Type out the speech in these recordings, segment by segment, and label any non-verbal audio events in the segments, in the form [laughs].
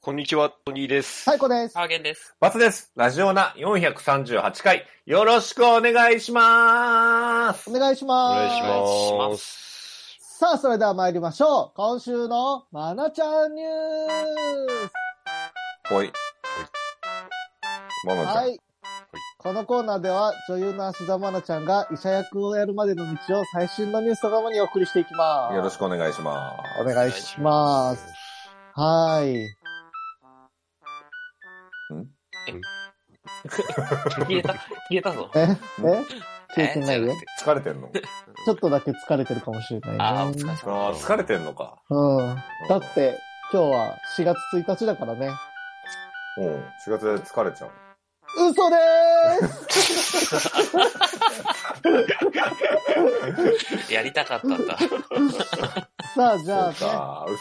こんにちは、トニーです。最高です。ハーゲンです。バツです。ラジオナ438回、よろしくお願いしまーす。お願いしおます。願いします。さあ、それでは参りましょう。今週のまなちゃんニューほい。マス。ナちゃん、はい。このコーナーでは女優の芦田愛菜ちゃんが医者役をやるまでの道を最新のニュースとともにお送りしていきます。よろしくお願いしまお願いします。はい。消えた、消えたぞ。ええうん消えてないえーじゃなよく。てす。疲れてんのちょっとだけ疲れてるかもしれないね。あー、お疲れ様あー疲れてんのか。うん。だって、今日は4月1日だからね。うん。4月で疲れちゃう。嘘でーすやりたかった [laughs] んだ。さあ、じゃあそ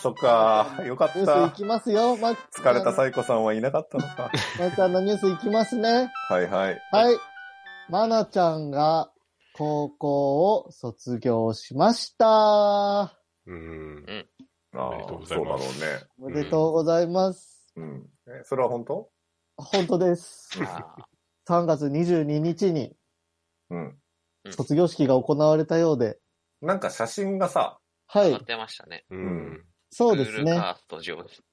うね。か、嘘か。よかっニュースいた。きますよ。ま、疲れたサイコさんはいなかったのか。まなちゃんのニュースいきますね。はいはい。はい。まなちゃんが高校を卒業しました。うん。あーおめでとうございますそうだろおめでとうございます。うね。うん。え、それは本当本当です。あ3月22日にうん。卒業式が行われたようで。なんか写真がさ、はー上がっい。てましたね。ううん。そうですクールね。カースト上司。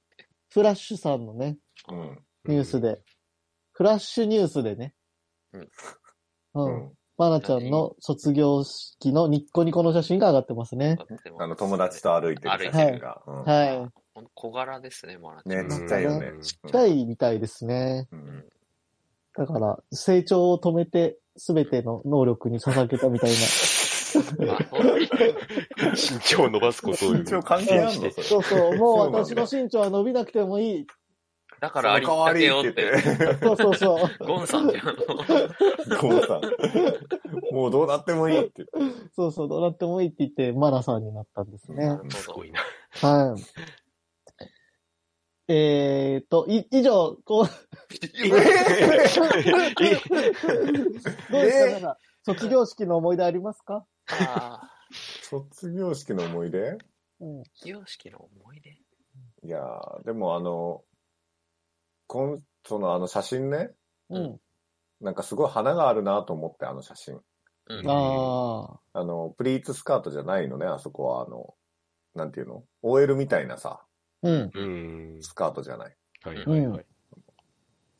フラッシュさんのね、うん。ニュース。で。フラッシュニュースでね。うんう。うんん。まなちゃんの卒業式のニッコニコの写真が上がってますね。あの、友達と歩いてる写真が。うんは小柄ですね、マナちゃん。ね、ちっちゃいよね。い。近いみたいですね。うんだから、成長を止めて、すべての能力に捧げたみたいな。まあそう [laughs] 身長を伸ばすことを。身長関係あんのそれ。 [laughs] そうそう、もうそ私うの身なん長は伸びなくてもいい。だからありったけよって。て。そうそうそう。ゴンさんってあの、ゴーさん。もうどうなってもいいって。そうそう、どうなってもいいって言って、マナさんになったんですね。すご [laughs] いな。はい。えーと、い、以上、こう、どうですか、なんか卒業式の思い出ありますかああ、卒業式の思い出うん。卒業式の思い出。いやー、でもあの、こん、そのあの写真ね、うん。なんかすごい花があるなと思って、あの写真。うん。あああの、プリーツスカートじゃないのね、あそこはあの、なんていうの ?OL みたいなさ、あ。うん。うん。スカートじゃない。はいはいはい。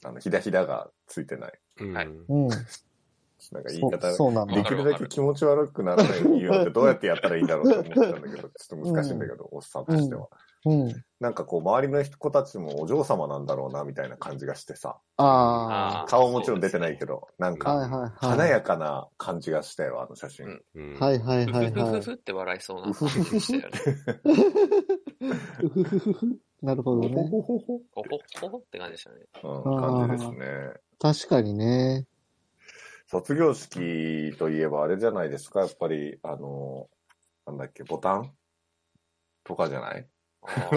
あの、ひだひだがついてない。うんはいうん。なんか言いそ方う、そうなんだで。きるだけ気持ち悪くならないように言うってどうやってやったらいいんだろうって思ってたんだけど、ちょっと難しいんだけど、おっさんとしては。うん。なんかこう、周りの人たちもお嬢様なんだろうな、みたいな感じがしてさ。あ顔もちろん出てないけど、なんあ。か、はいはいはい。華やかな感じがしたよ、あの写真。うんうんはいはいはい [laughs] ふふはふい。ふって笑いそう [laughs] な感じでしたよね。うふふふふなるほどね。ほほほほほほほって感じでしたね。うん、感じですね。確かにね。卒業式といえばあれじゃないですか、やっぱり、あの、なんだっけ、ボタンとかじゃない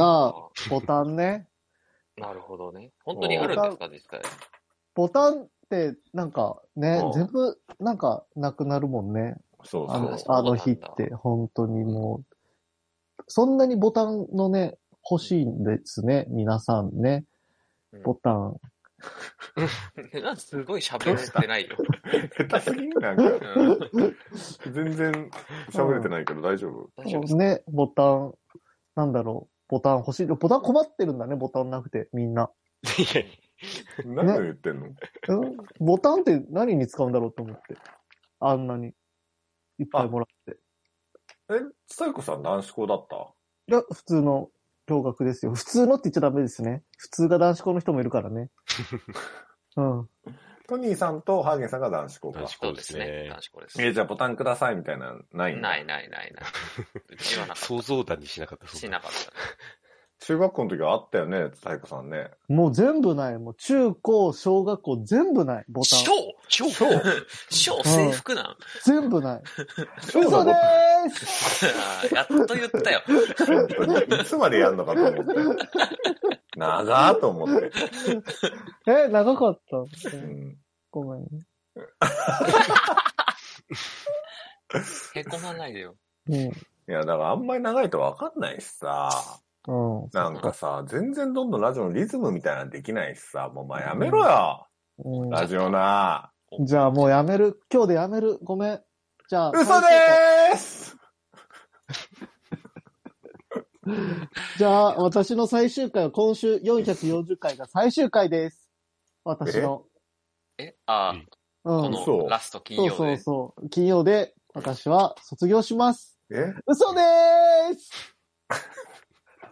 あボタンね。あ、なるほどね。本当にあるんですか、実際。ボタンって、なんかねう、ん全部、なんか、なくなるもんね。そうあのそ、うあの日って、本当にもう。そんなにボタンのね、欲しいんですね、皆さんね。うんボタン。なんかすごい喋ってないよ。う。下手すぎんなんか、うん全然喋れてないけど大丈夫大丈夫ですかね、ボタン、なんだろう。ボタン欲しい。ボタン困ってるんだね、ボタンなくて、みんな。何を言ってんのうんボタンって何に使うんだろうと思って。あんなに。いっぱいもらって。え、サイコさん男子校だったいや、普通の共学ですよ。普通のって言っちゃダメですね。普通が男子校の人もいるから [laughs] ね。うん。トニーさんとハーゲンさんが男子校か男。子そうですね。そう男子校です。え、じゃあボタンくださいみたいな、ない。ないいないないない。うちはなかっ想像だにしなかった。た。しなかった。中学校の時はあったよね、サイコさんね。もう全部ない。もう中高、小学校全部ない。ボタンショ。ーショーショー制服なん [laughs] 全部ない。うだ嘘でーすあーやっと言ったよ。本当にいつまでやんのかと思って。長ーと思って。え、長かった。うん、ごめんね。へこまないでよ。うん。いや、だからあんまり長いとわかんないしさ。うん。なんかさ、全然どんどんラジオのリズムみたいなのできないしさ、もうまあやめろよ、うんラジオな。じゃあもうやめる。今日でやめる。ごめん。じゃあ。嘘でーすじゃあ、私の最終回は今週440回が最終回です。私の。え、あー、うん。こそ嘘のラスト金う曜そうで。そう。金曜で私は卒業します。え嘘でーす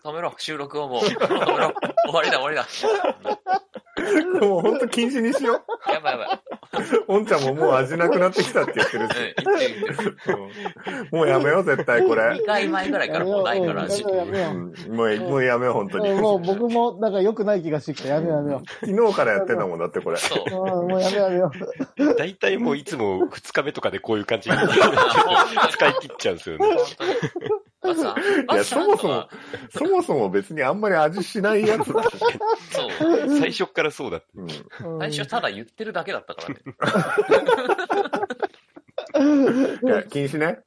止めろ、収録をもう。 [laughs] 止めろ。終わりだ、終わりだ。もうほんと禁止にしよやばいやばい。う。おんちゃんももう味なくなってきたって言ってるうし。ん、言ってる言ってる。うん [laughs] もうやめよう、絶対これ2。回前ぐらいからもうないから、やめじようやめよううんもう、もうやめよう、本当うにん。もう僕も、なんか良くない気がしてきた。やめようやめよ昨日からやってんだもんだって、これ。そうう。。うん、もうやめようやめよ大体もういつも2日目とかでこういう感 [laughs] じに使い切っちゃうんですよね。本当に。バツさんいバや、ツさそんもそともは、そもそも別にあんまり味しないやつだし。そう。最初からそうだって。うんう。最初ただ言ってるだけだったからね。 [laughs] いや、禁止ね。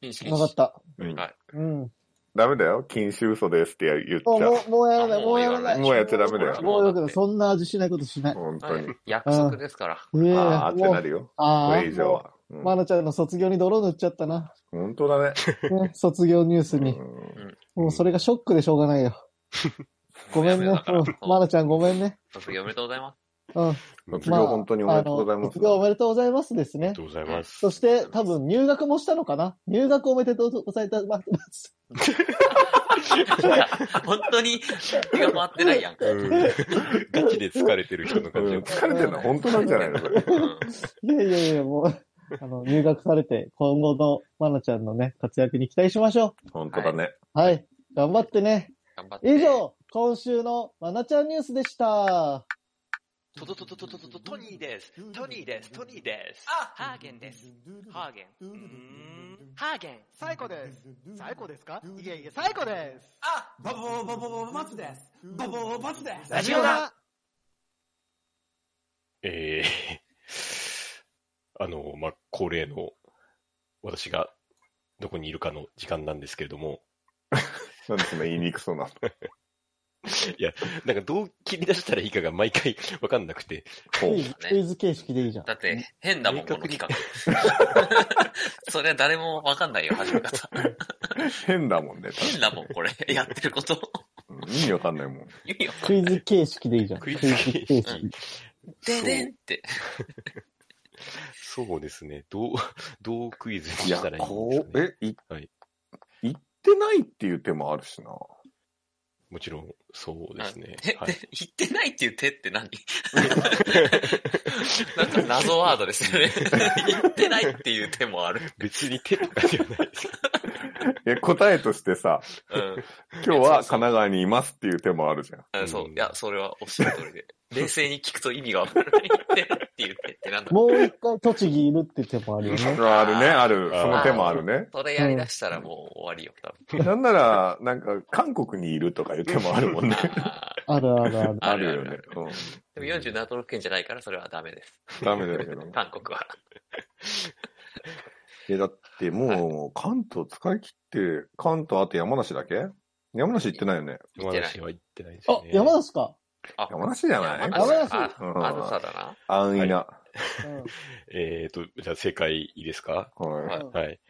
認識分かった。うんはいうん。ダメだよ。禁止嘘ですって言っもちう、ゃうも。うもうやらない、もうやらない。もうやっちゃダメだよもうよくない。そんな味しないことしない。本当はいに。約束ですから。ねえ。ああーってもなうるよ。こああ。れ以上は。うんまなちゃんの卒業に泥塗っちゃったな。本当だね。ね、卒業ニュースにう。んもうそれがショックでしょうがないよ。ご [laughs] めんね。だからうんまなちゃんごめんね。卒業おめでとうございます。うん。卒業本当におめでとうございあのます卒。業おめでとうございますですありねが。とうございます。そして、多分入学もしたのかな入学おめでとうございます。 [laughs] 本当に気が回ってないやん。うんガチで疲れてる人のう感じが。ん疲れてるの本当なんじゃないのそれ。うんいやいやいや、もう、 [laughs] あの、入学されて、今後のまなちゃんのね、活躍に期待しましょ本当だね。う。はい。頑張ってね。頑張って。以。上、今週のまなちゃんニュースでした。トトトトトトトトトニーです。トニーです。トニーです。あ、ハーゲンです。。ハーゲン。うーんハーゲン。最高です。最高ですかいえいえ、最高です。あ、バボーバボーバツです。バボーバツです。ラジオだえー、あ [laughs] の、まあ、恒例の、私がどこにいるかの時間なんですけれども、なんでそんな言いにくそうなの。なんかどう切り出したらいいかが毎回 [laughs] わかんなく [laughs] て、クこイズクイズ形式でいいじゃん。だって、変だもん、この [laughs] 企画。それは誰もわかんないよ、始め方。う変だもんね。変だもん、これ。やってること。うん意味わかんないもん。意味わかクんイない。ズ形式でいいじゃん。クイズ形式クイズ形式ででんって。そうですね、どう、どうクイズにいしやたら、いいんですこかう、ね。え、いはい、行ってないっていう手もあるしな。もちろん、そうですねで。はいで、言ってないっていう手って [laughs] 何なんか謎ワードですよね。言ってないっていう手もある。別に手とかでは [laughs] ないです。え、答えとしてさ、うん。今日は神奈川にいますっていう手もあるじゃん。うん、そうう。んいや、それはおっしゃる通り [laughs] で。冷静に聞くと意味がわからないってなって言ってってなんだもう一回栃木いるって手もあるよね。あるね、ある。あーその手もあるね。それやりだしたらもう終わりよ、多分。なんなら、なんか、韓国にいるとかいう手もあるもんね。あーあるあるある。 [laughs] ああるるあるよね。うんでも47都道府県じゃないからそれはダメです。ダメだけど。韓国は。え、だってもう、関東使い切って、関東あと山梨だけ山梨行ってないよね。山梨は行ってないですあね、。山梨か。あ山梨じゃない山梨あ、うんあずさだな。安易な。えっ、と、じゃあ正解いいですかはうんはい。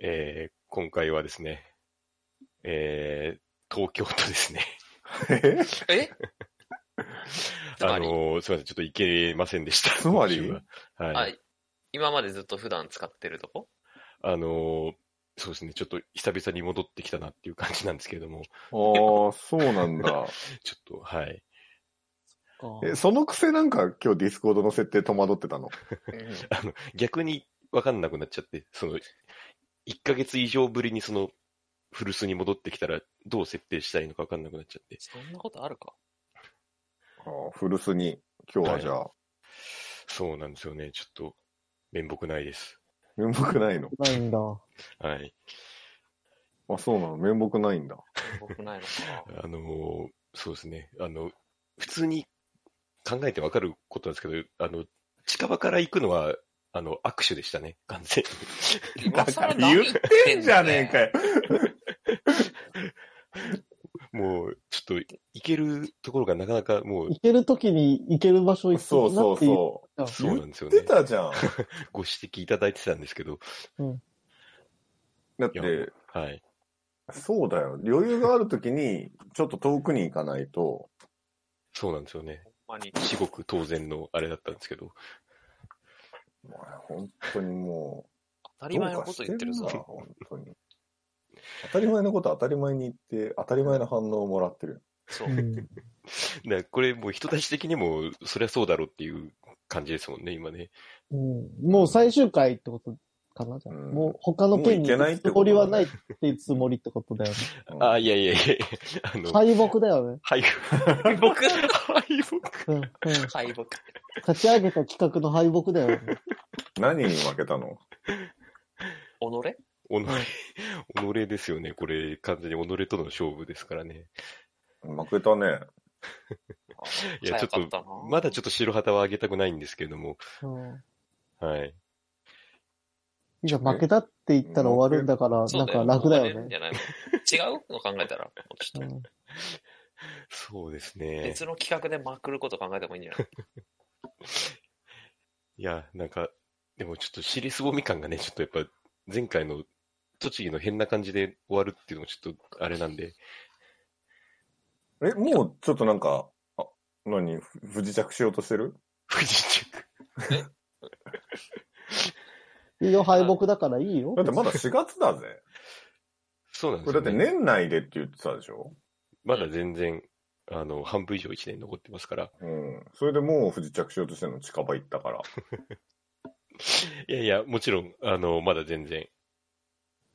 えー、今回はですね、えー、東京都ですね。い。ええつまありのーすみません、ちょっと行けませんでした。つまり今週ははあい。今までずっと普段使ってるとこあのーそうですね、ちょっと久々に戻ってきたなっていう感じなんですけれども、 [laughs] ああ、そうなんだ。ちょっと、はい。うんえ、そのくせなんか今日ディスコードの設定戸惑ってたの。あの、逆にわかんなくなっちゃって、その、1ヶ月以上ぶりにその、古巣に戻ってきたら、どう設定したらいいのかわかんなくなっちゃって。そんなことあるかあー古巣に、今日はじゃあ、そうなんですよね、ちょっと、面目ないです。面目ないの。ないんだ。はい。あ、そうなの、面目ないんだ。僕ないのかあのーそうですね。あの、普通に考えてわかることなんですけど、あの、近場から行くのは、あの、握手でしたね、完全なだから言ってんじゃねえかよ。よ。 [laughs] もう、ちょっと、行けるところがなかなかもう、行けるときに行ける場所行ってそうそうう。そなっう。てそうなんですよね出。たじゃん。ご指摘いただいてたんですけど、だっいやて、はい。そうだよ。余裕があるときに、ちょっと遠くに行かないと、そうなんですよね。ほんまに。至極当然のあれだったんですけど。もう本当にもう、当たり前のこと言ってるぞどうかし。んな本当に。当たり前のこと当たり前に言って、当たり前の反応をもらってる。そうう。んだからこれもう人たち的にも、そりゃそうだろうっていう感じですもんね、今ね。うんもう最終回ってことかなじゃあうんもう他の県にもう行けない行っくつてこもとりだはねないってつもりってことだよね。 [laughs] うんああ、いやいやいやあの、敗北だよね。敗北。敗北。うんうん敗北。立ち上げた企画の敗北だよね。何に負けたの [laughs] 己己、 [laughs] 己ですよね。これ、完全に己との勝負ですからね。負けたね。いや、ちょ早っかったとな、まだちょっと白旗は上げたくないんですけれども、うんはい。じゃあ負けたって言ったら終わるんだから、そなうんだかよ。楽だよもうあれじね。ゃないの違うの考えたら、ちょっとうんそうですね。別の企画でまくること考えてもいいんじゃないいや、なんか、でもちょっと尻すぼみ感がね、ちょっとやっぱ、前回の栃木の変な感じで終わるっていうのもちょっとあれなんで、 [laughs] え、もうちょっとなんか、あ、何、ふ不時着しようとしてる不時着。いいよ、敗北だからいいよ。だってまだ4月だぜ。そうなんでこすれだよってね。年内でって言ってたでしょまだ全然、あの、半分以上1年残ってますから。うん。それでもう不時着しようとしてるの近場行ったから。いやいや、もちろん、あの、まだ全然、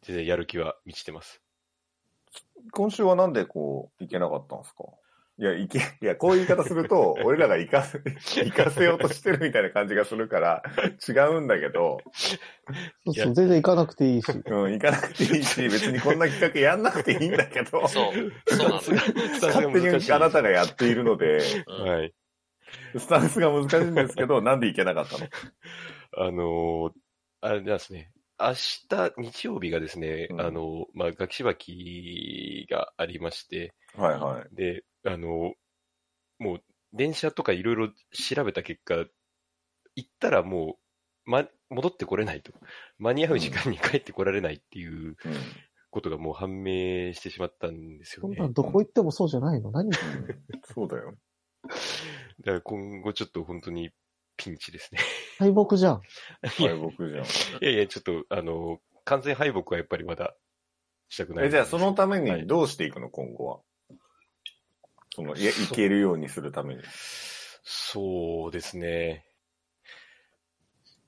全然やる気は満ちてます。今週はなんでこう、行けなかったんですかいや、行け、いや、こういう言い方すると、俺らが行かせ、行かせようとしてるみたいな感じがするから、違うんだけど、そうそう、全然行かなくていいし。うん、行かなくていいし、別にこんな企画やんなくていいんだけど、 [laughs] そう。そうなんだよ。勝勝手にあなたがやっているので、うんはい。スタンスが難しいんですけど、なんで行けなかったのあのーあれなんですね。明日、日曜日がですね、うんあの、まあ、学士ばきがありまして、 [laughs] はいはい。で、あの、もう、電車とかいろいろ調べた結果、行ったらもう、ま、戻ってこれないと。間に合う時間に帰ってこられないっていううんことがもう判明してしまったんですよそんね。なだんかどこ行ってもそうじゃないの何そうだよ。ら今後ちょっと本当にピンチですね。敗北じゃん。いや敗北じゃん。いやいや、ちょっと、あの、完全敗北はやっぱりまだしたくない。え、じゃあそのためはいにどうしていくの、今後は。その、いや、行けるようにするために。そうですね。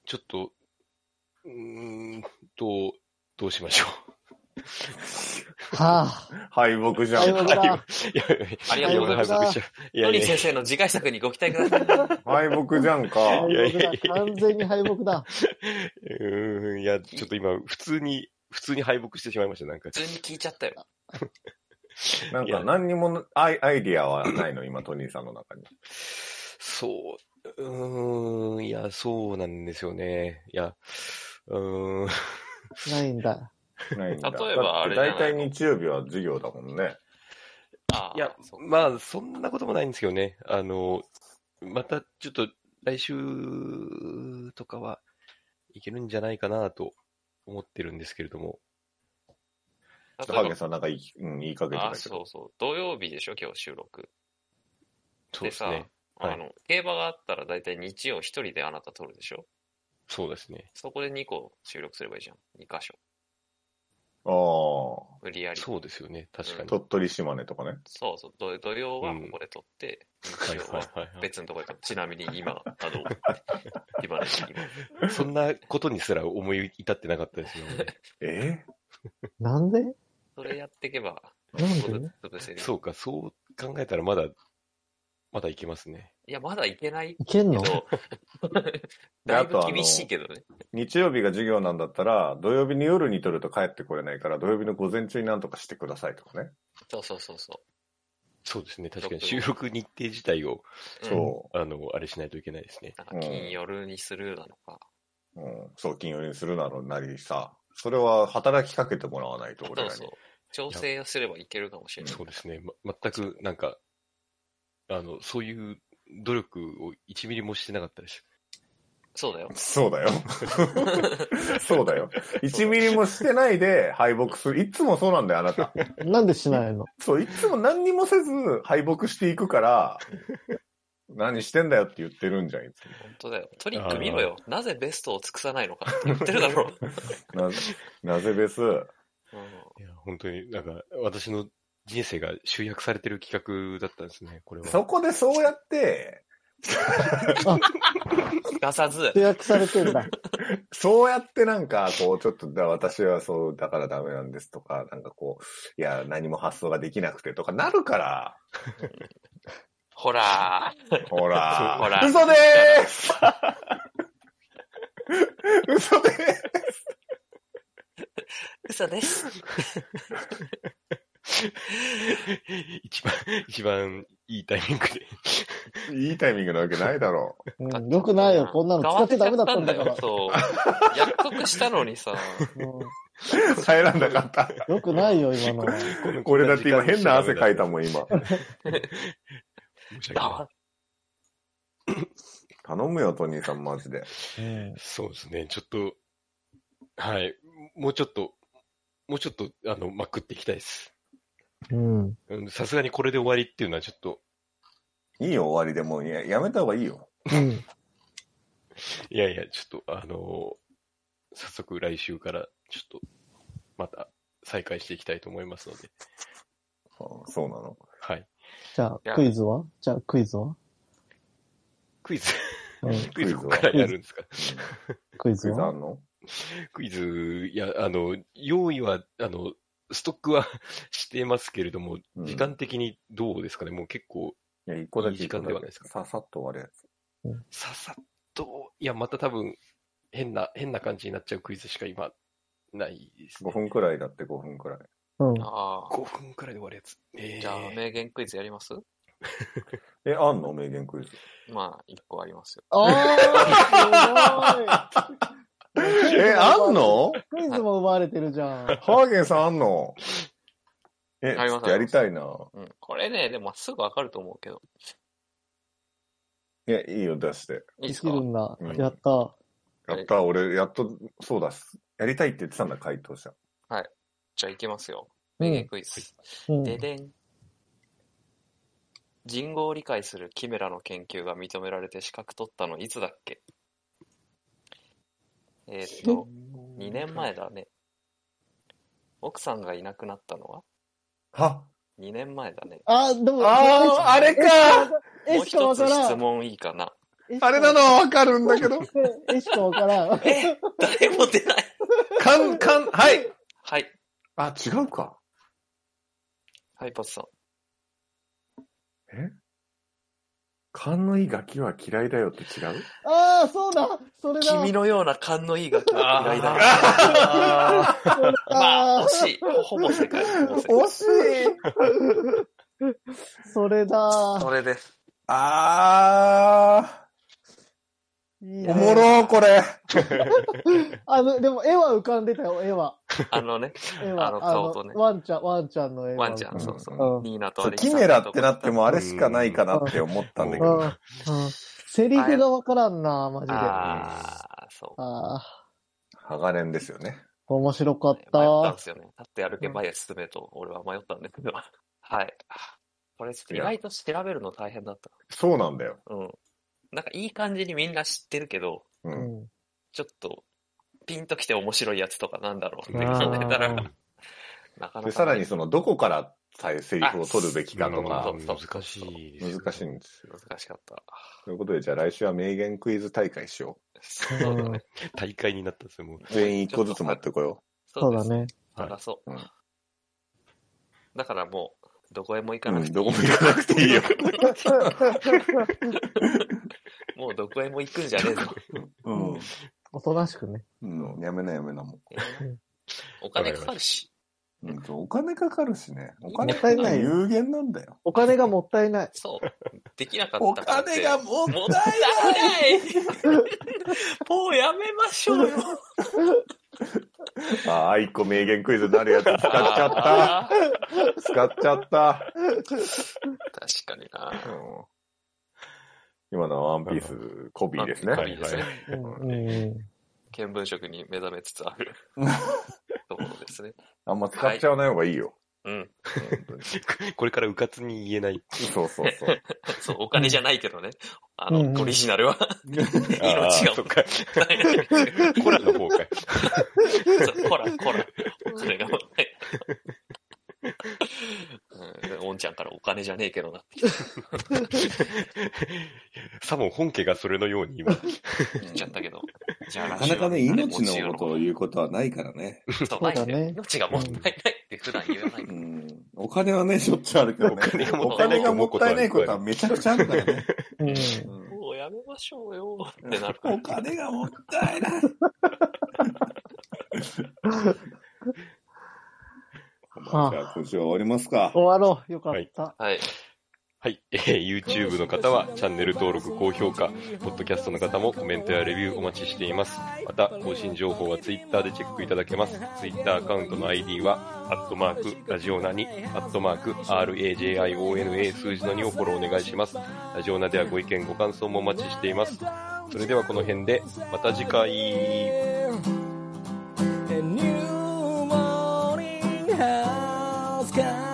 ちょっと、うーんと、どうしましょはあ、敗北じゃ敗ん。北だ。う。 [laughs] いや、ありがとうございまやす敗北しちゃういやのいりや先生の次回作にご期待ください。敗北じゃ [laughs] んか。いや敗い北やいだ。完全に敗北だ。うーん、いや、ちょっと今、普通に、普通に敗北してしまいました、なんか。普通に聞いちゃったよ。なんいやか何にもなアイ、アイディアはないの、今、トニーさんの中に。そう、うーん、いや、そうなんですよね。いや、うーん、ないんだ。ないんだ。例えばあれじゃないのだって大体日曜日は授業だもんね。ああいやそう、まあ、そんなこともないんですけどね。あの、またちょっと来週とかはいけるんじゃないかなと思ってるんですけれども。ちょっと、ハ例えーゲばンさんなんか言い,、うん、言いかけてあたあ、けそどう。そう。土曜日でしょ、今日収録。そうですね。あはいの、競馬があったら大体日曜一人であなた撮るでしょそうですね。そこで2個収録すればいいじゃん。2箇所。あ無理やり。そうですよね。確かあ。に。鳥取島根とかね。そうそう。土土曜はここで撮って、は日い曜はいははいはい別のとこで撮る。ちなみに今、あ [laughs] の、今の時期もそんなことにすら思い至ってなかったですよ、ね。えなんでそれやっていけば、なんちょっでとずつ潰せる [laughs] よそうか、そう考えたらまだ、まだいけますね。いや、まだいけないいけんけのど、で [laughs] だいあぶとあの厳しいけどね。日曜日が授業なんだったら、土曜日の夜に取ると帰ってこれないから、土曜日の午前中になんとかしてくださいとかね。そうそうそうそそうですね。確かに収録日程自体を、う。うんそあの、あれしないといけないですね。なんか金夜にするなのか。う。うん。送金寄りにするなのなりさ。それは働きかけてもらわないと、俺らそうに。そう。調整をすればいけるかもしれない。そうですね。ま、全く、なんか、あの、そういう努力を1ミリもしてなかったです。そうだよ。そ [laughs] うだよ。そうだよ。1ミリもしてないで敗北する。いつもそうなんだよ、あなた。なんでしないのそう、いつも何にもせず敗北していくから、何してんだよって言ってるんじゃん、いつ本当だよ。トリック見ろよ。なぜベストを尽くさないのかって言ってるだろう。も。な、なぜです。ういや、本当になんか、私の人生が集約されてる企画だったんですね、これは。そこでそうやって、ん。出さず制、約されてんだ。そうやってなんか、こう、ちょっと、だ私はそう、だからダメなんですとか、なんかこう、いや、何も発想ができなくてとかなるから、ほらー。ほら、そうほら嘘でーす嘘でーす嘘です。 [laughs] 一番、一番いいタイミングで。いいタイミングなわけないだろう。うん、よくないよ。こんなの使ってダメだったんだから。そう。約束したのにさ。う入らなかった。 [laughs] ん、よくないよ、今のは。俺だって今変な汗かいたもん、申今。し訳ないだ頼むよ、トニーさん、マジで。うんそうですね、ちょっと、はい、もうちょっと、もうちょっと、あの、まくっていきたいです。うん。うんさすがにこれで終わりっていうのはちょっと、いいよ、終わりでもう。いや、やめた方がいいよ。うん。いやいや、ちょっと、あのー早速来週から、ちょっと、また再開していきたいと思いますので、あそうなの。はい。じゃあ、いやクイズはじゃあ、クイズはクイズ、うん、クイズここからやるんですかクイズクイズあはんのクイズ、いや、あの、用意は、あの、ストックはしてますけれども、うん時間的にどうですかね、もう結構、いや、一個だけいい時間ではないですかささっと終わるやつ。ささっと、いや、また多分、変な、変な感じになっちゃうクイズしか今、ないです、 5ね。分くらいだって5分くらい。うん。あ5分くらいで終わるやつ。えー、あ。じゃあ、名言クイズやりますえ、あんの名言クイズ。まあ、一個ありますよ。あーすごいえ、あんのクイズも奪われてるじゃん。ハーゲンさんあんのえ、ありますちょっとやりたいな。うん。これね、でもすぐわかると思うけど。いや、いいよ、出して。いでいですきかるんだうん。やった。やった、俺、やっと、そうだ、やりたいって言ってたんだ、回答者。じゃあ、いきますよ。う名言ん。クイズ。うんででん。人語を理解するキメラの研究が認められて資格取ったのいつだっけえーっと、2年前だね。奥さんがいなくなったのはは ?2 年前だね。あ、でも、あー、あれかえもうしかわ一つから質ん。問いいかな。あれなのはわかるんだけ [laughs] ど。えしかわからん。 [laughs] え誰も出ない。かん、かん、はいはい。あ、違うか。はい、パツさん。勘のいいガキは嫌いだよって違うああ、そうだそれだ君のような勘のいいガキは嫌い [laughs] だよ。あまああ、惜しい。ほぼ正解。ほぼ正解。惜しいーそれだそれです。あいー、やおもろーこれ。あの、でも絵は浮かんでたよ、絵は。あのね、絵は。あの顔とねあのワンちゃん、ワンちゃんの絵は。ワンちゃん、そうそうう。んニーナとアそうレキキサンメダラーっとてなってもあれしかないかなって思ったんだけうど。ん。うん。セリフがわからんな、マジで。あああ、そう。あ鋼ですよね。ー、面白かっ迷ったたんで。すよね。立って歩け前へ進めと、俺は迷ったんですけど。 [laughs] はい。これちょっと意外と調べるの大変だっそうなんだよ。た。うん。なんかいい感じにみんな知ってるけど、う。うんん。ちょっと、ピンときて面白いやつとかなんだろうってあ考ーえたら、なかなかね。で、さらにその、どこからセリフを取るべきかとあかそう、難しいですよね難しいんですよ。難しかった。ということで、じゃあ来週は名言クイズ大会しよそうだね。大会になったんですよ、もう。う。全員一個ずつ持ってこよそそううでだす。 [laughs] ね。探そううん。だからもう、どこへも行う。かうなくん、てどいいこも行かなくていいよ。もうどこへも行くんじゃねえぞ。 [laughs] うん。おとなしくね。うん、やめなやめなもお金かかるし。う。うん、そうお金かかるしね。お金もったいがないよ。有限なんだよ。お金がもったいない。そう。できなかおったからって。金がもう、もったいないもうやめましょうよ。ああいこ名言クイズになるやつ使っちゃった。あー使っちゃった。確かにな。うん今のはワンピース、コビーですね。コビーですねうんうん見聞色に目覚めつつあ [laughs] るところですね。あんま使っちゃわない方がいいよ。うん。本当にこれからうかつに言えない。そうそうそう。そう、お金じゃないけどね。あの、うんうんオリジナルは。あー [laughs] 命がそっか。コラの方か。そうこら、こら、お金がもない。うん、おんちゃんからお金じゃねえけどなってさも本家がそれのように今。言っちゃったけど。じゃあ、なかなかね、命のことを言うことはないからね。。と。そうないんだそうよだね命がもったいないって普段言わないうん。お金はね、しょっちゅうあるけどね。おお金金ががももっったたいいなないいここととははめちゃくちゃあるからね。うんうんもうやめましょうよ [laughs] ってなるからお。金がもったい [laughs] ない。はじゃああ、今週は終わりますか。終わろう。よかった。はい。はい。えー YouTube の方はチャンネル登録、高評価、ポッドキャストの方もコメントやレビューお待ちしています。また、更新情報は Twitter でチェックいただけます。Twitter アカウントの ID は、アットマーク、ラジオナに、アットマーク、RAJIONA 数字の2をフォローお願いします。ラジオナではご意見、ご感想もお待ちしています。それではこの辺で、また次回。 A new morning has come